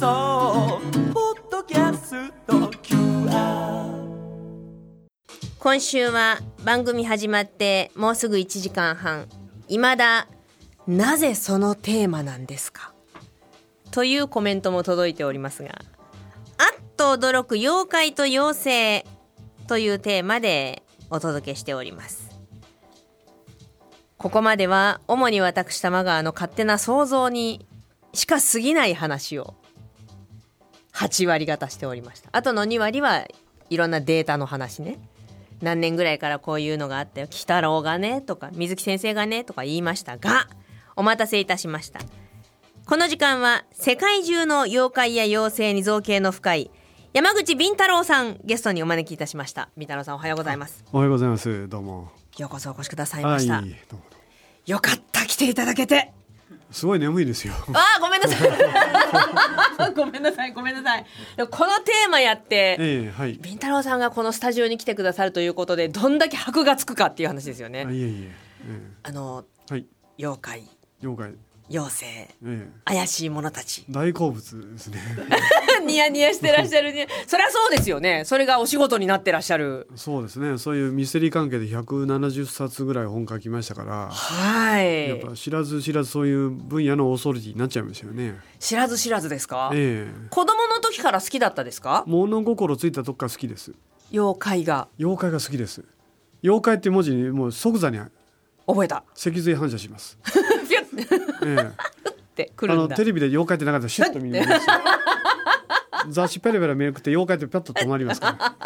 送」「ポッドキャスト QR」今週は番組始まってもうすぐ1時間半いまだ「なぜそのテーマなんですか?」というコメントも届いておりますが「あっと驚く妖怪と妖精」というテーマでお届けしておりますここまでは主に私玉川の勝手な想像にしか過ぎない話を8割方しておりましたあとの2割はいろんなデータの話ね何年ぐらいからこういうのがあったよ「鬼太郎がね」とか「水木先生がね」とか言いましたがお待たせいたしましたこの時間は世界中の妖怪や妖精に造形の深い山口敏太郎さんゲストにお招きいたしました敏太郎さんおはようございますおはようございます。どうも。ようこそお越しくださいました、どうもどうもよかった来ていただけてすごい眠いで すよ。あーごめんなさい ごめんなさいごめんなさいでもこのテーマやって、ええはい。ビンタロウさんがこのスタジオに来てくださるということでどんだけ箔がつくかっていう話ですよね、あいえいえ。えあのえはい。妖怪妖怪。妖精ええ怪しい者たち大好物ですね。 ニヤニヤしてらっしゃる ねそりゃそうですよねそれがお仕事になってらっしゃるそうですね。そういうミステリー関係で170冊ぐらい本書きましたから。はいやっぱ知らず知らずそういう分野のオーソリティになっちゃいましたよね。知らず知らずですか、ええ子供の時から好きだったですか物心ついたとこから好きです。妖怪が妖怪が好きです。妖怪って文字にもう即座に覚えた 脊髄反射します。ピュッっええてくあるんのだテレビで妖怪ってなかったらシュッと見れますよ雑誌ペラペラめくって妖怪ってピャッと止まりま すから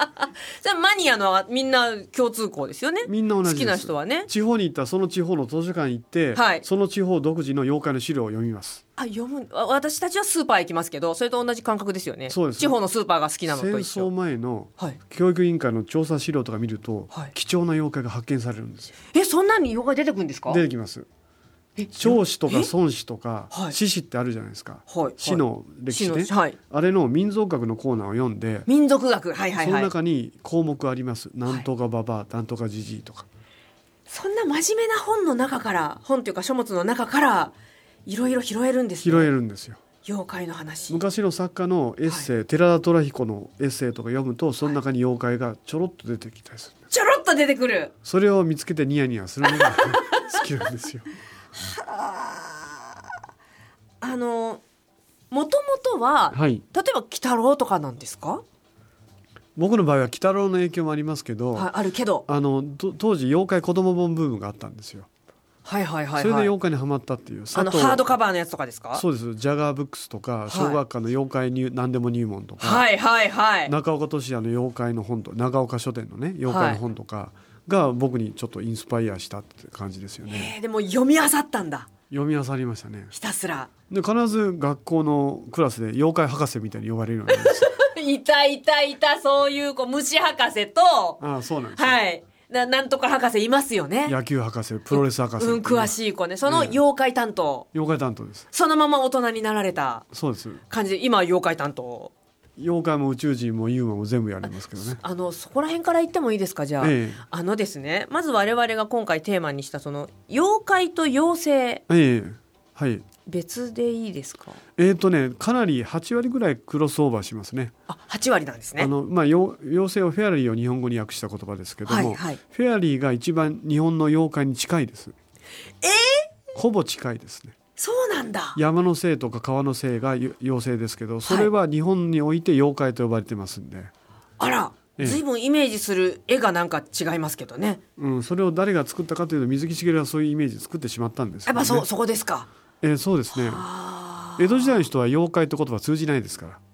じゃあマニアのはみんな共通項ですよねみんな同じです好きな人はね地方に行ったらその地方の図書館に行って、はいその地方独自の妖怪の資料を読みますあ読むわ私たちはスーパー行きますけどそれと同じ感覚ですよねそうです地方のスーパーが好きなの戦と一争緒前のはい教育委員会の調査資料とか見ると、はい貴重な妖怪が発見されるんですよえそんなに妖怪出てくるんですか出てきますえ長子とか孫子とかはい獅子ってあるじゃないですか、はいはい死の歴史ね死のはいあれの民族学のコーナーを読んで、民族学はいはいそのはい中に項目ありますなんとかばばあ、なんとかじじいとかそんな真面目な本の中から本というか書物の中からいろいろ拾えるんです、拾ね、えるんですよ妖怪の話昔の作家のエッセイ、寺田虎彦のエッセイとか読むとその中に妖怪がちょろっと出てきたりする、ちょろっと出てくるそれを見つけてニヤニヤするのが好きなんですよあのもともと は、はい例えば鬼太郎とかなんですか、僕の場合は鬼太郎の影響もありますけど、はい、あるけどあのと当時妖怪子供本ブームがあったんですよ、はいはいはい、はい、それで妖怪にはまったっていあうの佐藤ハードカバーのやつとかですかそうですジャガーブックスとかい小学館の妖怪入、何でも入門とか、はいはいはい中岡俊也の妖怪の本と長岡書店のね妖怪の本とかが僕にちょっとインスパイアしたって感じですよね、えーでも読み漁ったんだ読み漁りましたねひたすらで必ず学校のクラスで妖怪博士みたいに呼ばれるようにな りました いたいたいたそういう子虫博士とああそうなんですよ、はいななんとか博士いますよね野球博士プロレス博士、うん詳しい子ねその妖怪担当、妖怪担当ですそのまま大人になられたそうです感じで今は妖怪担当妖怪も宇宙人もユーマも全部やりますけどねあのそこら辺から言ってもいいですかじゃあ、ええあのですねまず我々が今回テーマにしたその妖怪と妖精ええはい別でいいですかえーとね、かなり8割ぐらいクロスオーバーしますねあ8割なんですあねの、まあ、よ妖精をフェアリーを日本語に訳した言葉ですけども、はいはいフェアリーが一番日本の妖怪に近いですえーほぼ近いですねそうなんだ山の精とか川の精がよ妖精ですけどそれは日本において妖怪と呼ばれてますんで、あらええ随分イメージする絵がなんか違いますけどねうん、それを誰が作ったかというと水木しげるはそういうイメージ作ってしまったんですやよっねぱそうそこですかえーそうですね江戸時代の人は妖怪って言葉通じないですからなんて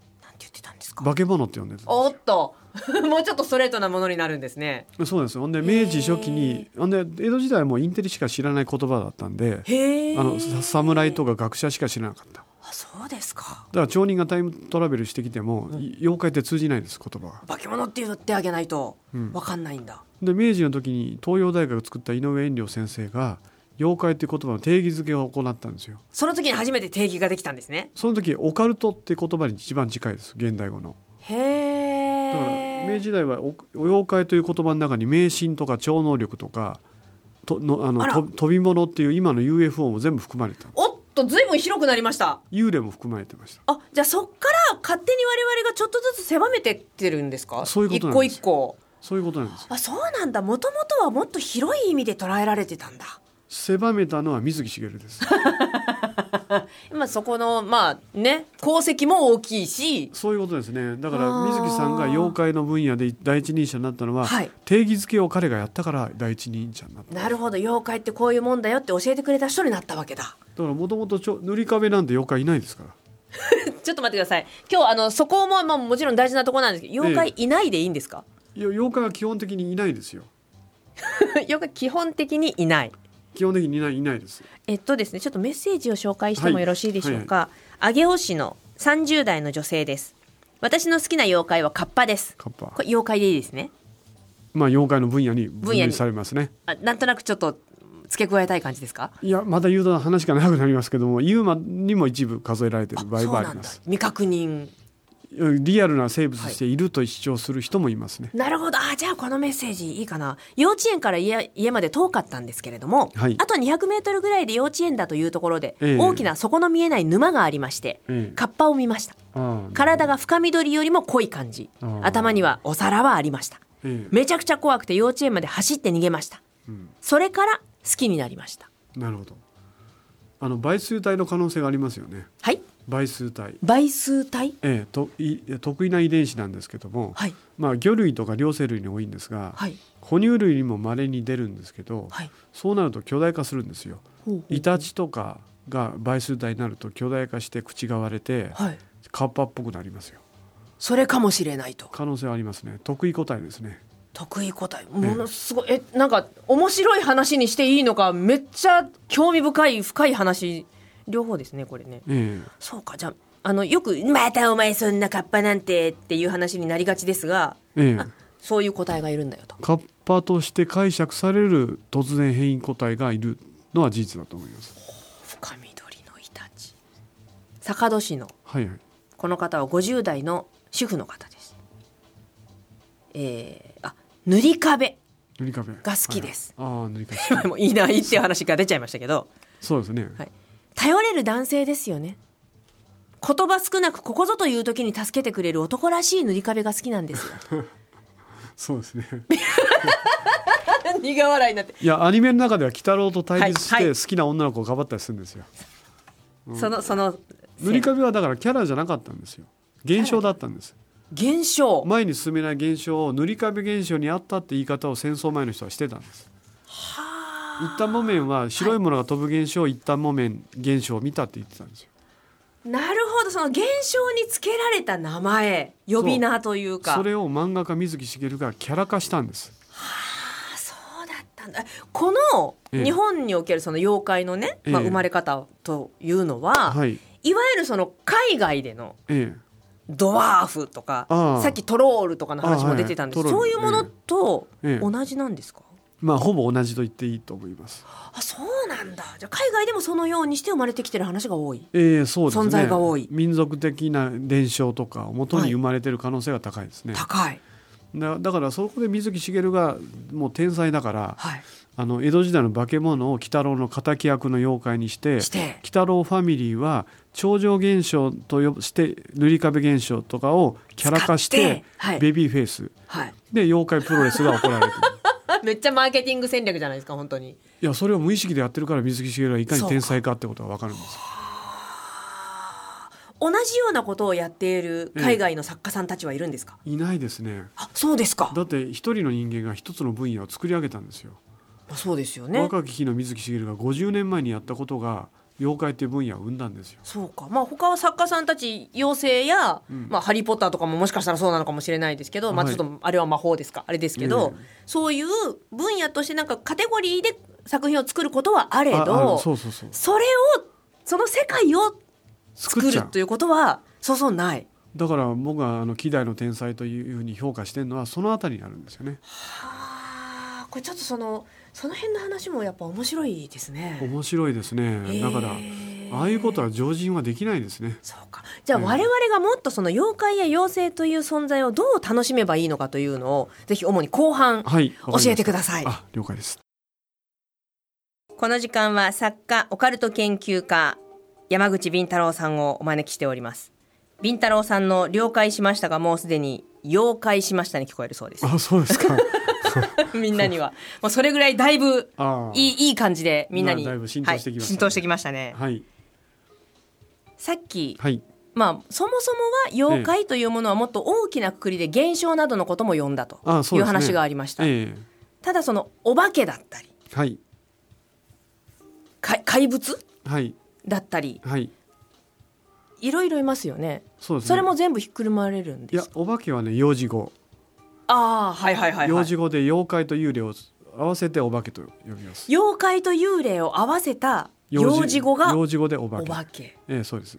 言ってたんですか化け物って呼んでたおっと もうちょっとストレートなものになるんですねそうなんですよほんで明治初期にほんで江戸時代はもうインテリしか知らない言葉だったんでへえあのさ侍とか学者しか知らなかっただあそうですかから町人がタイムトラベルしてきても、い妖怪って通じないです言葉が化け物って言ってあげないと分かんないんだ、で明治の時に東洋大学を作った井上遠良先生が妖怪って言葉の定義づけを行ったんですよその時に初めて定義ができたんですねその時オカルトって言葉に一番近いです現代語のへだから明え治時代はお妖怪という言葉の中に迷信とか超能力とかとのあのあらと飛び物っていう今の UFO も全部含まれたおっと随分広くなりました幽霊も含まれてましたあじゃあそっから勝手に我々がちょっとずつ狭めてってるんですかそういうことなんです一個一個そういうことなんですよあそうなんだもともとはもっと広い意味で捉えられてたんだ狭めたのは水木しげるです 今そこのまあね功績も大きいしそういうことですねだからあー水木さんが妖怪の分野で第一人者になったのは、はい定義づけを彼がやったから第一人者になったなるほど妖怪ってこういうもんだよって教えてくれた人になったわけだだからもともと塗り壁なんて妖怪いないですからちょっと待ってください今日あのそこも、まあ、もちろん大事なところなんですけど妖怪いないでいいんですか、 いや妖怪は基本的にいないですよ妖怪基本的にいない基本的にいないいないですえっとですね、ちょっとメッセージを紹介してもはいよろしいでしょうか。上尾市の30代の女性です。私の好きな妖怪はカッパです。カッパこれ妖怪でいいですね。まあ妖怪の分野に分分野類にされますねあなんとなくちょっと付け加えたい感じですか。いやまだ言うと話が長くなりますけどもユーマにも一部数えられている場合そうはあなりんまだす。未確認。リアルな生物としていると主張する人もいますね、なるほど。あ、じゃあこのメッセージいいかな。幼稚園から家家まで遠かったんですけれども、はいあと200メートルぐらいで幼稚園だというところで、ええ大きな底の見えない沼がありまして、ええカッパを見ました。ああ体が深緑よりも濃い感じあー頭にはお皿はありました、ええめちゃくちゃ怖くて幼稚園まで走って逃げました、それから好きになりましたなるほどあの倍数体の可能性がありますよねはい倍数体倍数体ええとい得意な遺伝子なんですけども、はいまあ、魚類とか両生類に多いんですが、はい哺乳類にもまれに出るんですけど、はいそうなると巨大化するんですよ。ほうほうイタチとかが倍数体になると巨大化して口が割れて、はいカッパっぽくなりますよ。それかもしれないと可能性はありますね。得意個体ですね。得意答えものすごいえなんか面白い話にしていいのかめっちゃ興味深い深い話両方ですねこれねええそうかじゃああのよく「またお前そんなカッパなんて」っていう話になりがちですが、ええあそういう答えがいるんだよとカッパとして解釈される突然変異個体がいるのは事実だと思います。深緑のイタチ坂戸市のはいはい。この方は50代の主婦の方ですえー、あ塗り壁 塗り壁が好きですああ塗り壁 好き。もういないっていう話が出ちゃいましたけど、そうですね。はい、頼れる男性ですよね言葉少なくここぞという時に助けてくれる男らしい塗り壁が好きなんですよそうですね。 苦笑いになって、いやアニメの中では鬼太郎と対立してはいは好いきな女の子をかばったりするんですよ。そのその塗り壁はだからキャラじゃなかったんですよ。現象だったんです。現象前に進めない現象を塗り壁現象にあったって言い方を戦争前の人はしてたんです。一旦木綿は白いものが飛ぶ現象を一旦木綿現象を見たって言ってたんですよ。なるほどその現象につけられた名前呼び名というかそれを漫画家水木しげるがキャラ化したんです。そうだったんだこのええ日本におけるその妖怪のね、まあ、ええ生まれ方というのは、、はいい。わゆるその海外でのええ。ドワーフとかああさっきトロールとかの話も出てたんですけど、あはそういいうものとええ同じなんですか、まあほぼ同じと言っていいと思います。あそうなんだじゃあ海外でもそのようにして生まれてきてる話が多いええ、そうですね。存在が多い民族的な伝承とかを元に生まれてる可能性が高いですね。高いだだからそこで水木しげるがもう天才だから、はいあの江戸時代の化け物を鬼太郎の敵役の妖怪にしてして鬼太郎ファミリーは超常現象と呼ぶして塗り壁現象とかをキャラ化して使ってはいベビーフェイスはいで妖怪プロレスが行われてる めっちゃマーケティング戦略じゃないですか本当にいやそれを無意識でやってるから水木しげるはいかに天才かってことが分かるん です同じようなことをやっている海外の作家さんたちはいるんですか、いないですねあそうですかだって一人の人間が一つの分野を作り上げたんですよ、まあそうですよね若き日の水木しげるが50年前にやったことが妖怪っていう分野を生んだんですよそうか、まあ、他は作家さんたち妖精や、まあ、ハリー・ポッターとかももしかしたらそうなのかもしれないですけど、まあ、はちょいっとあれは魔法ですかあれですけど、えそういう分野としてなんかカテゴリーで作品を作ることはあれあどあそうそうそうそれをその世界を作作っちるゃうということはそうそうない。だから僕があの希代の天才というふうに評価してるのはそのあたりにあるんですよねはあこれちょっとそのその辺の話もやっぱ面白いですね。面白いですねだからへーああいうことは常人はできないですねそうかじゃあうん我々がもっとその妖怪や妖精という存在をどう楽しめばいいのかというのをぜひ主に後半はい教えてくだささい。あ了解ですこの時間は作家オカルト研究家山口敏太郎さんをお招きしております敏太郎さんの了解しましたがもうすでに妖怪しましたに聞こえるそうですあそうですか みんなにはもうそれぐらいだいぶあーいいいい感じでみんなにだだいぶ浸透してきましたねはい浸透してきましたねはいさっき、はいまあ、そもそもは妖怪というものはもっと大きなくくりで現象などのことも呼んだとあそういですねう話がありました、えただそのお化けだったりえはいか怪物はいだったりはいいろいろいますよねそうですねそれも全部ひっくるまれるんいでやすかお化けはね幼児語ああはいはいはい、は幼い児、語で妖怪と幽霊を合わせてお化けと呼びます妖怪と幽霊を合わせた幼児語が幼児語でお化おけ化けええそうです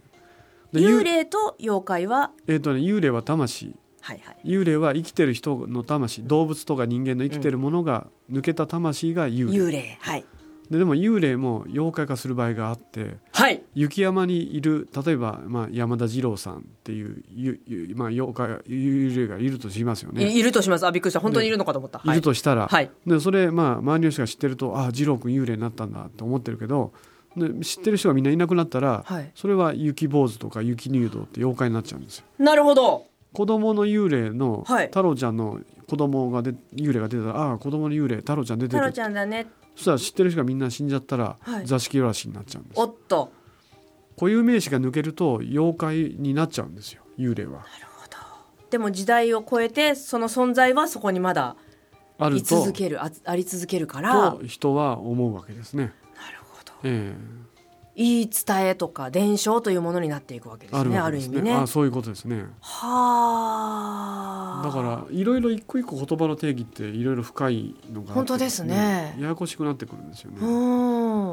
で幽幽霊と妖怪はえっ、とね幽霊は魂はいはい幽霊は生きてる人の魂動物とか人間の生きてるものが抜けた魂が幽霊、幽霊はいででも幽霊も妖怪化する場合があってはい雪山にいる例えば、まあ、山田二郎さんっていうゆゆまあ、妖怪幽霊がいるとしますよね。いいるとしますあびっくりした本当にいるのかと思った、いるとしたら、はいでそれ、まあ、周りの人が知ってるとああ二郎君幽霊になったんだと思ってるけどで知ってる人がみんないなくなったら、はいそれは雪坊主とか雪入道って妖怪になっちゃうんですよ。なるほど子供の幽霊の、はい太郎ちゃんの子供がで幽霊が出たらああ子供の幽霊太郎ちゃん出て太郎るちゃんだねそしたら知ってる人がみんな死んじゃったら、はい座敷わらしになっちゃうんですおっと固有名詞が抜けると妖怪になっちゃうんですよ幽霊はでも時代を超えてその存在はそこにまだあいると続けるああり続けるからなると人は思うわけですね、ほどえ言い伝えとか伝承というものになっていくわけえですねあわけるです意味ねああそういうことですねはあだからいろいろ一個一個言葉の定義っていろいろ深いのがあって本当ですねややこしくなってくるんですよねう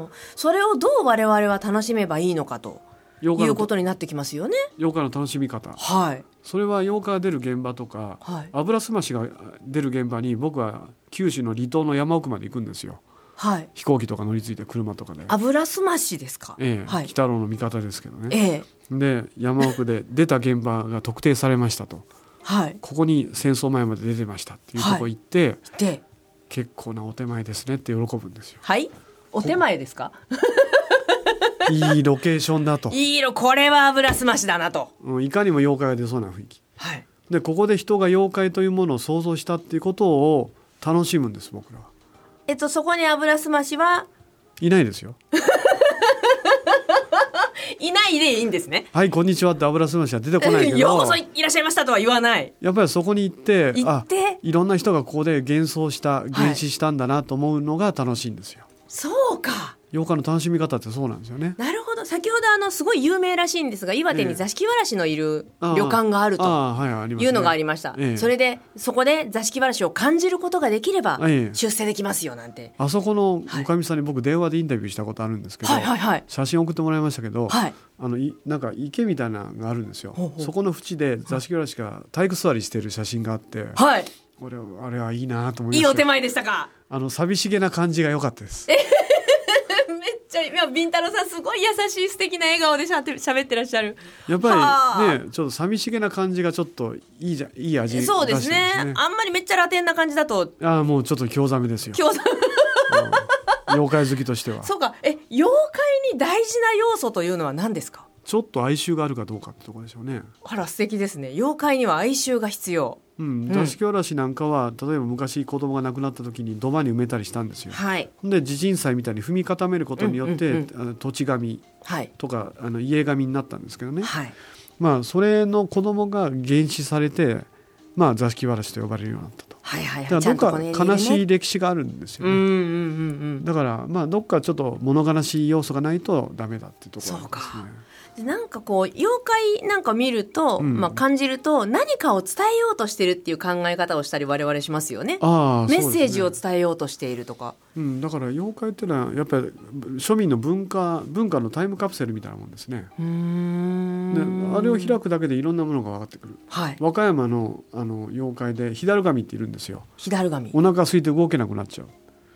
んそれをどう我々は楽しめばいいのかとい妖怪うのことになってきますよね妖怪の楽しみ方はいそれは妖怪が出る現場とかはい油すましが出る現場に僕は九州の離島の山奥まで行くんですよはい飛行機とか乗り継いで車とかで、油すましですか、ええはい北郎の味方ですけどねええで山奥で出た現場が特定されましたとはいここに戦争前まで出てましたっていうとこ行って、で結構なお手前ですねって喜ぶんですよはいお手前ですかいいロケーションだと、 いい色これは油すましだなとうん、いかにも妖怪が出そうな雰囲気はいでここで人が妖怪というものを想像したっていうことを楽しむんです僕らはえっとそこに油すましはいないですよいないでいいんですねはいこんにちはって油すましは出てこないけどようこそいらっしゃいましたとは言わないやっぱりそこに行って行ってあいろんな人がここで幻想した幻視したんだなと思うのが楽しいんですよ、そうか妖怪の楽しみ方ってそうなんですよねなるほど先ほどあのすごい有名らしいんですが岩手えにえ座敷わらしのいるああ旅館があるとああはいありますいねうのがありました、ええそれでそこで座敷わらしを感じることができればええ出世できますよなんて、あそこのおかみさんに僕電話でインタビューしたことあるんですけど、はいはいはい写真送ってもらいましたけど、はいあのいなんか池みたいなのがあるんですよほうほうそこの縁で座敷わらしが体育座りしてる写真があって、はい俺あれはいいなと思いまいしいたお手前でしたか あの寂しげな感じが良かったですめっちゃいやビンタロウさんすごい優しい素敵な笑顔でしゃって喋ってらっしゃるやっはぱありねちょっと寂しげな感じがちょっといいじゃいい味出してそうまですねあんまりめっちゃラテンな感じだと ああもうちょっと興ざめですよ今日妖怪好きとして はそうかえ妖怪に大事な要素というのは何ですかちょっと哀愁があるかどうかってところでしょうねあら素敵ですね妖怪には哀愁が必要うん、座敷わらしなんかは例えば昔子供が亡くなった時に土間に埋めたりしたんですよはいで地鎮祭みたいに踏み固めることによって、うんあの土地神はいとかあの家神になったんですけどね、はいまあそれの子供が原始されて、まあ、座敷わらしと呼ばれるようになったとはいはいはだいちゃんとかこらのどっ家かにね悲しい歴史があるんですようんね、うんうんうんだからまあどっかちょっと物悲しい要素がないとダメだってところそうかですねでなんかこう妖怪なんか見ると、んまあ、感じると何かを伝えようとしてるっていう考え方をしたり我々しますよねああメッセージそうをですね伝えようとしているとかうん、だから妖怪っていうのはやっぱり庶民の文化文化のタイムカプセルみたいなもんですねうーんであれを開くだけでいろんなものが分かってくるはい和歌山のあの妖怪で火だる神っているんですよ左神お腹空いて動けなくなっちゃう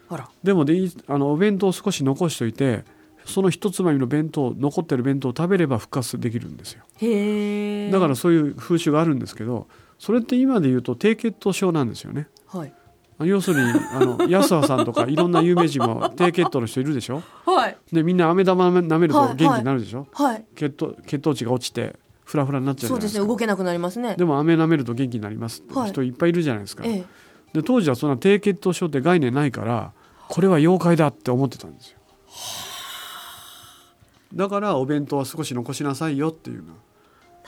あらでもでいあのお弁当を少し残しといてその一つまみの弁当残ってる弁当を食べれば復活できるんですよへえだからそういう風習があるんですけどそれって今で言うと低血糖症なんですよねはい要するに あの安田さんとかいろんな有名人も低血糖の人いるでしょはいでみんな飴玉舐めると元気になるでしょ、はい血糖血糖値が落ちてフラフラになっちゃうじそゃうないでですすねか動けなくなりますねでも飴舐めると元気になりますってはい人いっぱいいるじゃないですか、ええで当時はそんな低血糖症って概念ないからこれは妖怪だって思ってたんですよだからお弁当は少し残しなさいよっていうの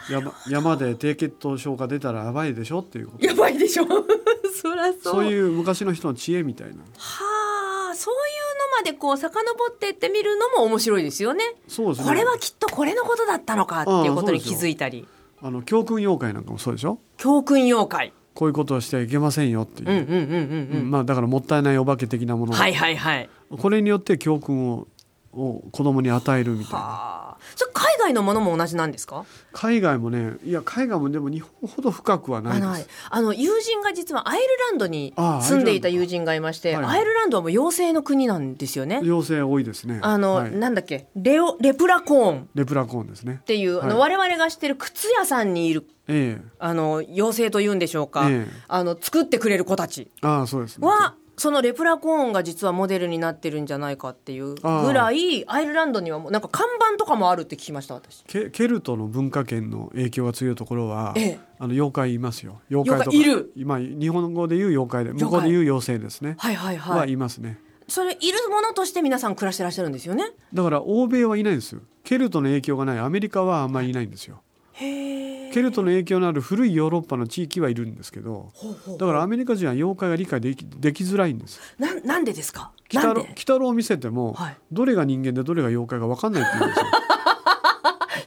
山山で低血糖症が出たらやばいでしょっていうことやばいでしょ そらそうそうういう昔の人の知恵みたいなはあそういうのまでこう遡ってってみるのも面白いですよねそうですねこれはきっとこれのことだったのかっていうことに気づいたりあの教訓妖怪なんかもそうでしょ教訓妖怪こういうことをしてはいけませんよっていううんう、んうんうんうん、うんまあだからもったいないお化け的なもの、はいはいはいこれによって教訓をを子供に与えるみたいなはあそれ海外のものも同じなんですか海外もねいや海外もでも日本ほど深くはないあですのあの友人が実はアイルランドにああ住んでいたアイルランド友人がいましてはいはいアイルランドはもう妖精の国なんですよね妖精多いですねあの、はいなんだっけレオレプラコーンっレプラコーンですねていう、あのはい我々が知ってる靴屋さんにいるええあの妖精というんでしょうか、ええあの作ってくれる子たちああそうですねは、そのレプラコーンが実はモデルになってるんじゃないかっていうぐらいアイルランドにはもうなんか看板とかもあるって聞きました私。ケケルトの文化圏の影響が強いところは、ええあの妖怪いますよ妖怪とか妖怪いる今日本語で言う妖怪で向こうで言う妖精ですねはいはいは、はいい、ますねそれいるものとして皆さん暮らしてらっしゃるんですよね。だから欧米はいないんですよケルトの影響がないアメリカはあんまりいないんですよへえ。ケルトの影響のある古いヨーロッパの地域はいるんですけどほうほうだからアメリカ人は妖怪が理解できできづらいんですなんなんでですか。鬼な太ん郎で鬼。太郎を見せても、はいどれが人間でどれが妖怪か分かんないって言うんですよ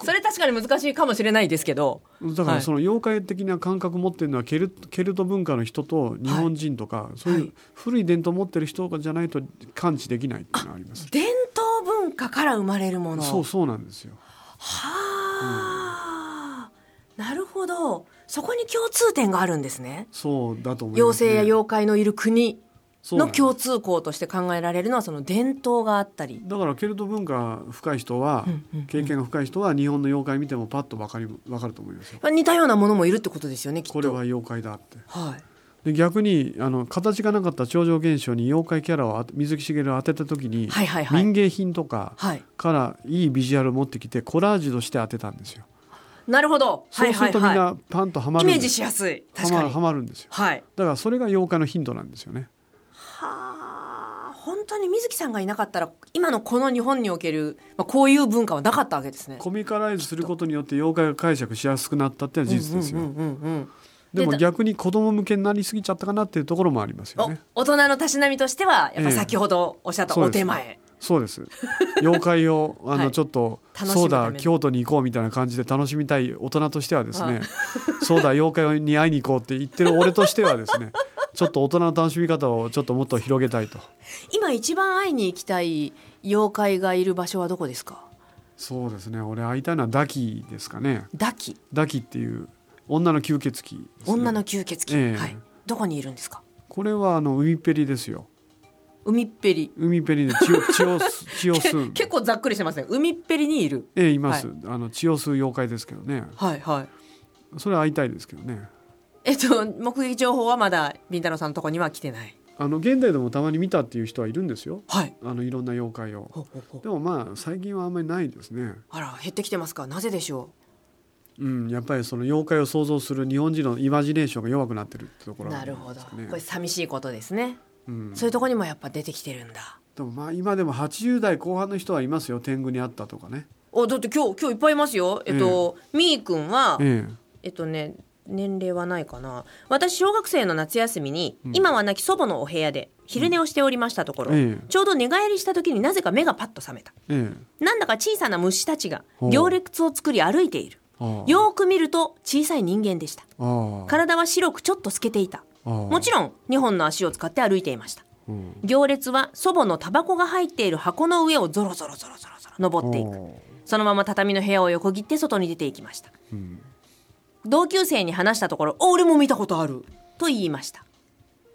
それ確かに難しいかもしれないですけど。だからその妖怪的な感覚持ってるのはケルケルト文化の人と日本人とか、そうはいいう古い伝統持ってる人じゃないと感知できないっていうのはあります。伝統文化から生まれるもの。そうそうなんですよ。はあ、なるほどそこに共通点があるんですねそうだと思います、妖ね。精や妖怪のいる国そうなのんです共通項として考えられるのはその伝統があったりだからケルト文化深い人は、経験が深い人は日本の妖怪見てもパッとわかりわかると思いますよ。似たようなものもいるってことですよねきっとこれは妖怪だって。はいで逆にあの形がなかった超常現象に妖怪キャラをあて水木しげるを当てた時に、はいはいはい民芸品とかはいからいいビジュアルを持ってきてコラージュとして当てたんですよ。なるほどはそいうすはるいとみんはなパンとハマいイるんメでージすしやすいは確まかるにはまるんですよはいだからそれが妖怪の頻度なんですよねはあ本当に水木さんがいなかったら今のこの日本における、まあ、こういう文化はなかったわけですねコミカライズすることによって妖怪が解釈しやすくなったっていうのは事実ですよ、うんうんでもで逆に子供向けになりすぎちゃったかなっていうところもありますよおね大人のたしなみとしてはやっぱええ先ほどおっしゃったそうおです手前、そうです妖怪 をあはの、いちょっと楽しむそうただめの京都に行こうみたいな感じで楽しみたい大人としてはですね、はい そうだ妖怪に会いに行こうって言ってる俺としてはで すねちょっと大人の楽しみ方をちょっともっと広げたいと今一番会いに行きたい妖怪がいる場所はどこですかそうですね俺会いたいのはダキですかねダキダキっていう女の吸血鬼ですね、女の吸血鬼、ええはい、どこにいるんですかこれはあの海ペリですよ海っぺり海ペリで 血を血を吸血をけ吸う結構ざっくりしてますね海っぺりにいるええいます、あの血を吸う妖怪ですけどねはいはいそれは会いたいですけどねえっと目撃情報はまだビンタロウさんのとこには来てないあの現代でもたまに見たっていう人はいるんですよはいあのいろんな妖怪をほうほうほうでもまあ最近はあんまりないですねあら減ってきてますかなぜでしょうんやっぱりその妖怪を想像する日本人のイマジネーションが弱くなってるってとうころはなあるんほでどすこかねれ寂しいことですねうん、そういうとこにもやっぱ出てきてるんだでもまあ今でも80代後半の人はいますよ天狗にあったとかねおだって今日今日いっぱいいますよえっと、みーくんは、えええっとね年齢はないかな私小学生の夏休みに、今は亡き祖母のお部屋で昼寝をしておりましたところ、ええちょうど寝返りした時になぜか目がパッと覚めたええなんだか小さな虫たちがほう行列を作り歩いているああよーく見ると小さい人間でしたああ体は白くちょっと透けていたああもちろん2本の足を使って歩いていましたうん行列は祖母のタバコが入っている箱の上をゾロゾロゾロゾロゾロ登っていくおーそのまま畳の部屋を横切って外に出ていきましたうん同級生に話したところ「お俺も見たことある」と言いました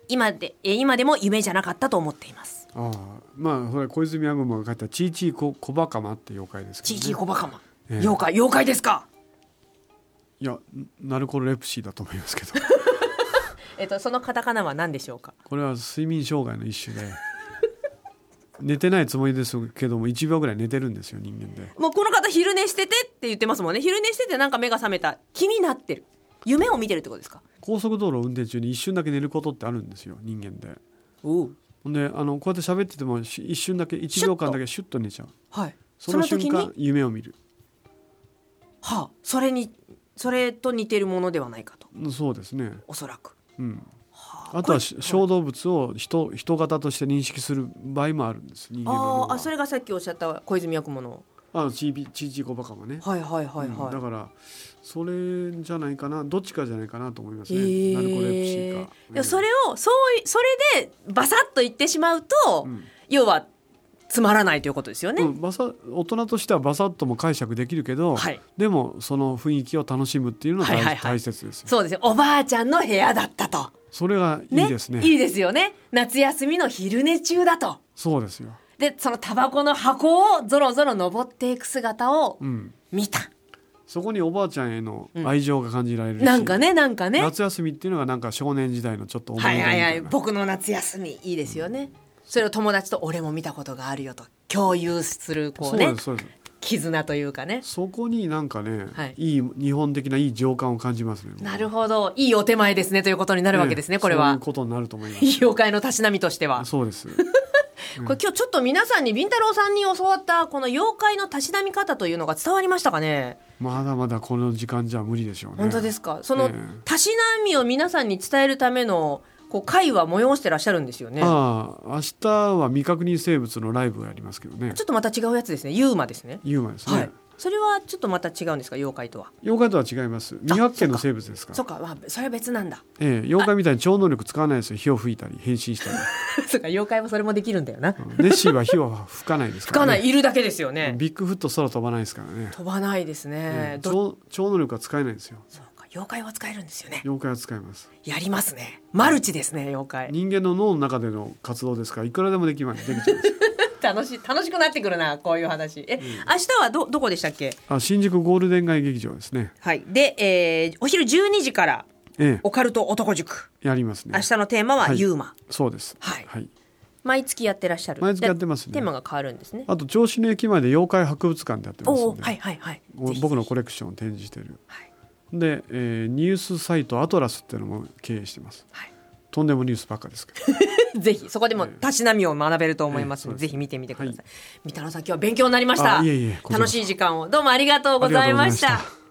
今でえ今でも夢じゃなかったと思っていますああまあそれ小泉アグマが書いた「チーチーココバカマ」って妖怪ですけど、ちいね、ちいこばかま、ええ妖怪妖怪ですかいやナルコレプシーだと思いますけどえっと、そのカタカナは何でしょうかこれは睡眠障害の一種で 寝てないつもりですけども1秒ぐらい寝てるんですよ人間でもうこの方昼寝しててって言ってますもんね昼寝しててなんか目が覚めた気になってる夢を見てるってことですか高速道路を運転中に一瞬だけ寝ることってあるんですよ人間でおうほんであのこうやって喋っててもし一瞬だけシュッ1と秒間だけシュッと寝ちゃうはいその瞬間夢を見るはあ、それにそれと似てるものではないかとうんそうですねおそらく、うんはあとはこしれ小動物を人人型として認識する場合もあるんです人間のあ脳ーはあそれがさっきおっしゃった小泉役ものあのちいびちいちいこばかもねはいはいはいうんはい、だからそれじゃないかなどっちかじゃないかなと思いますね、へえナルコレプシーか、いやそれを、をそういそれでバサッと言ってしまうと、うん要はつまらないということですよね、うんバサ大人としてはバサッとも解釈できるけど、はいでもその雰囲気を楽しむっていうのが大,、はいはいはい大切ですよそうですよおばあちゃんの部屋だったと、それがいいですねいいですよね夏休みの昼寝中だとそうですよ、でそのタバコの箱をぞろぞろ登っていく姿をうん、見た、そこにおばあちゃんへの愛情が感じられるし、なんかねなんかね夏休みっていうのがなんか少年時代のちょっと思い出はみいたはいいな、はい僕の夏休みいいですよね、それを友達と俺も見たことがあるよと共有するこそううでねすそうです絆というかねそこになんかね、はいい、い日本的ないい情感を感じますねなるほどいいお手前ですねということになあるわけですね、これそういはうことになると思いますいい妖怪のたしなみとしては、そうですこれ今日ちょっと皆さんにビンタロウさんに教わったこの妖怪のたしなみ方というのが伝わりましたかねまだまだこの時間じゃ無理でしょうね本当ですかそのええたしなみを皆さんに伝えるためのこう会は催してらっしゃるんですよねああ明日は未確認生物のライブをやりますけどねちょっとまた違うやつですねユーマですねユーマですね、はいそれはちょっとまた違うんですか妖怪とは妖怪とは違います未発見の生物ですからそっか、まあ、それは別なんだ ええ妖怪みたいに超能力使わないですよ火を吹いたり変身したり そっか妖怪はそれもできるんだよなうんネッシーは火は吹かないです吹か、からなね、いいるだけですよねビッグフット空飛ばないですからね、飛ばないですね、うんど超超能力は使えないですよそうか妖怪は使えるんですよね妖怪は使えますやりますねマルチですね妖怪人間の脳の中での活動ですからいくらでもできますでき ちゃいま楽すしい楽しくなってくるなこういう話え、明日はどどこでしたっけあ新宿ゴールデン街劇場ですねはいで、えーお昼12時からえオカルト男塾えやりますね明日のテーマははいユーマ、そうですはいはい、毎月やってらっしゃる毎月やってますねでテーマが変わるんですねあと銚子の駅前で妖怪博物館でやってますおんおで、はいはいはいおぜひ僕のコレクションを展示してるはい、で、えーニュースサイトアトラスっていうのも経営してますはいとんでもニュースばっかですけどぜひそこでもたしなみを学べると思いますので、ええそうですぜひ見てみてください、は三田野さん今日は勉強になりましたあいえいえこちらこ楽そしい時間をどうもありがとうございましたありがとうございま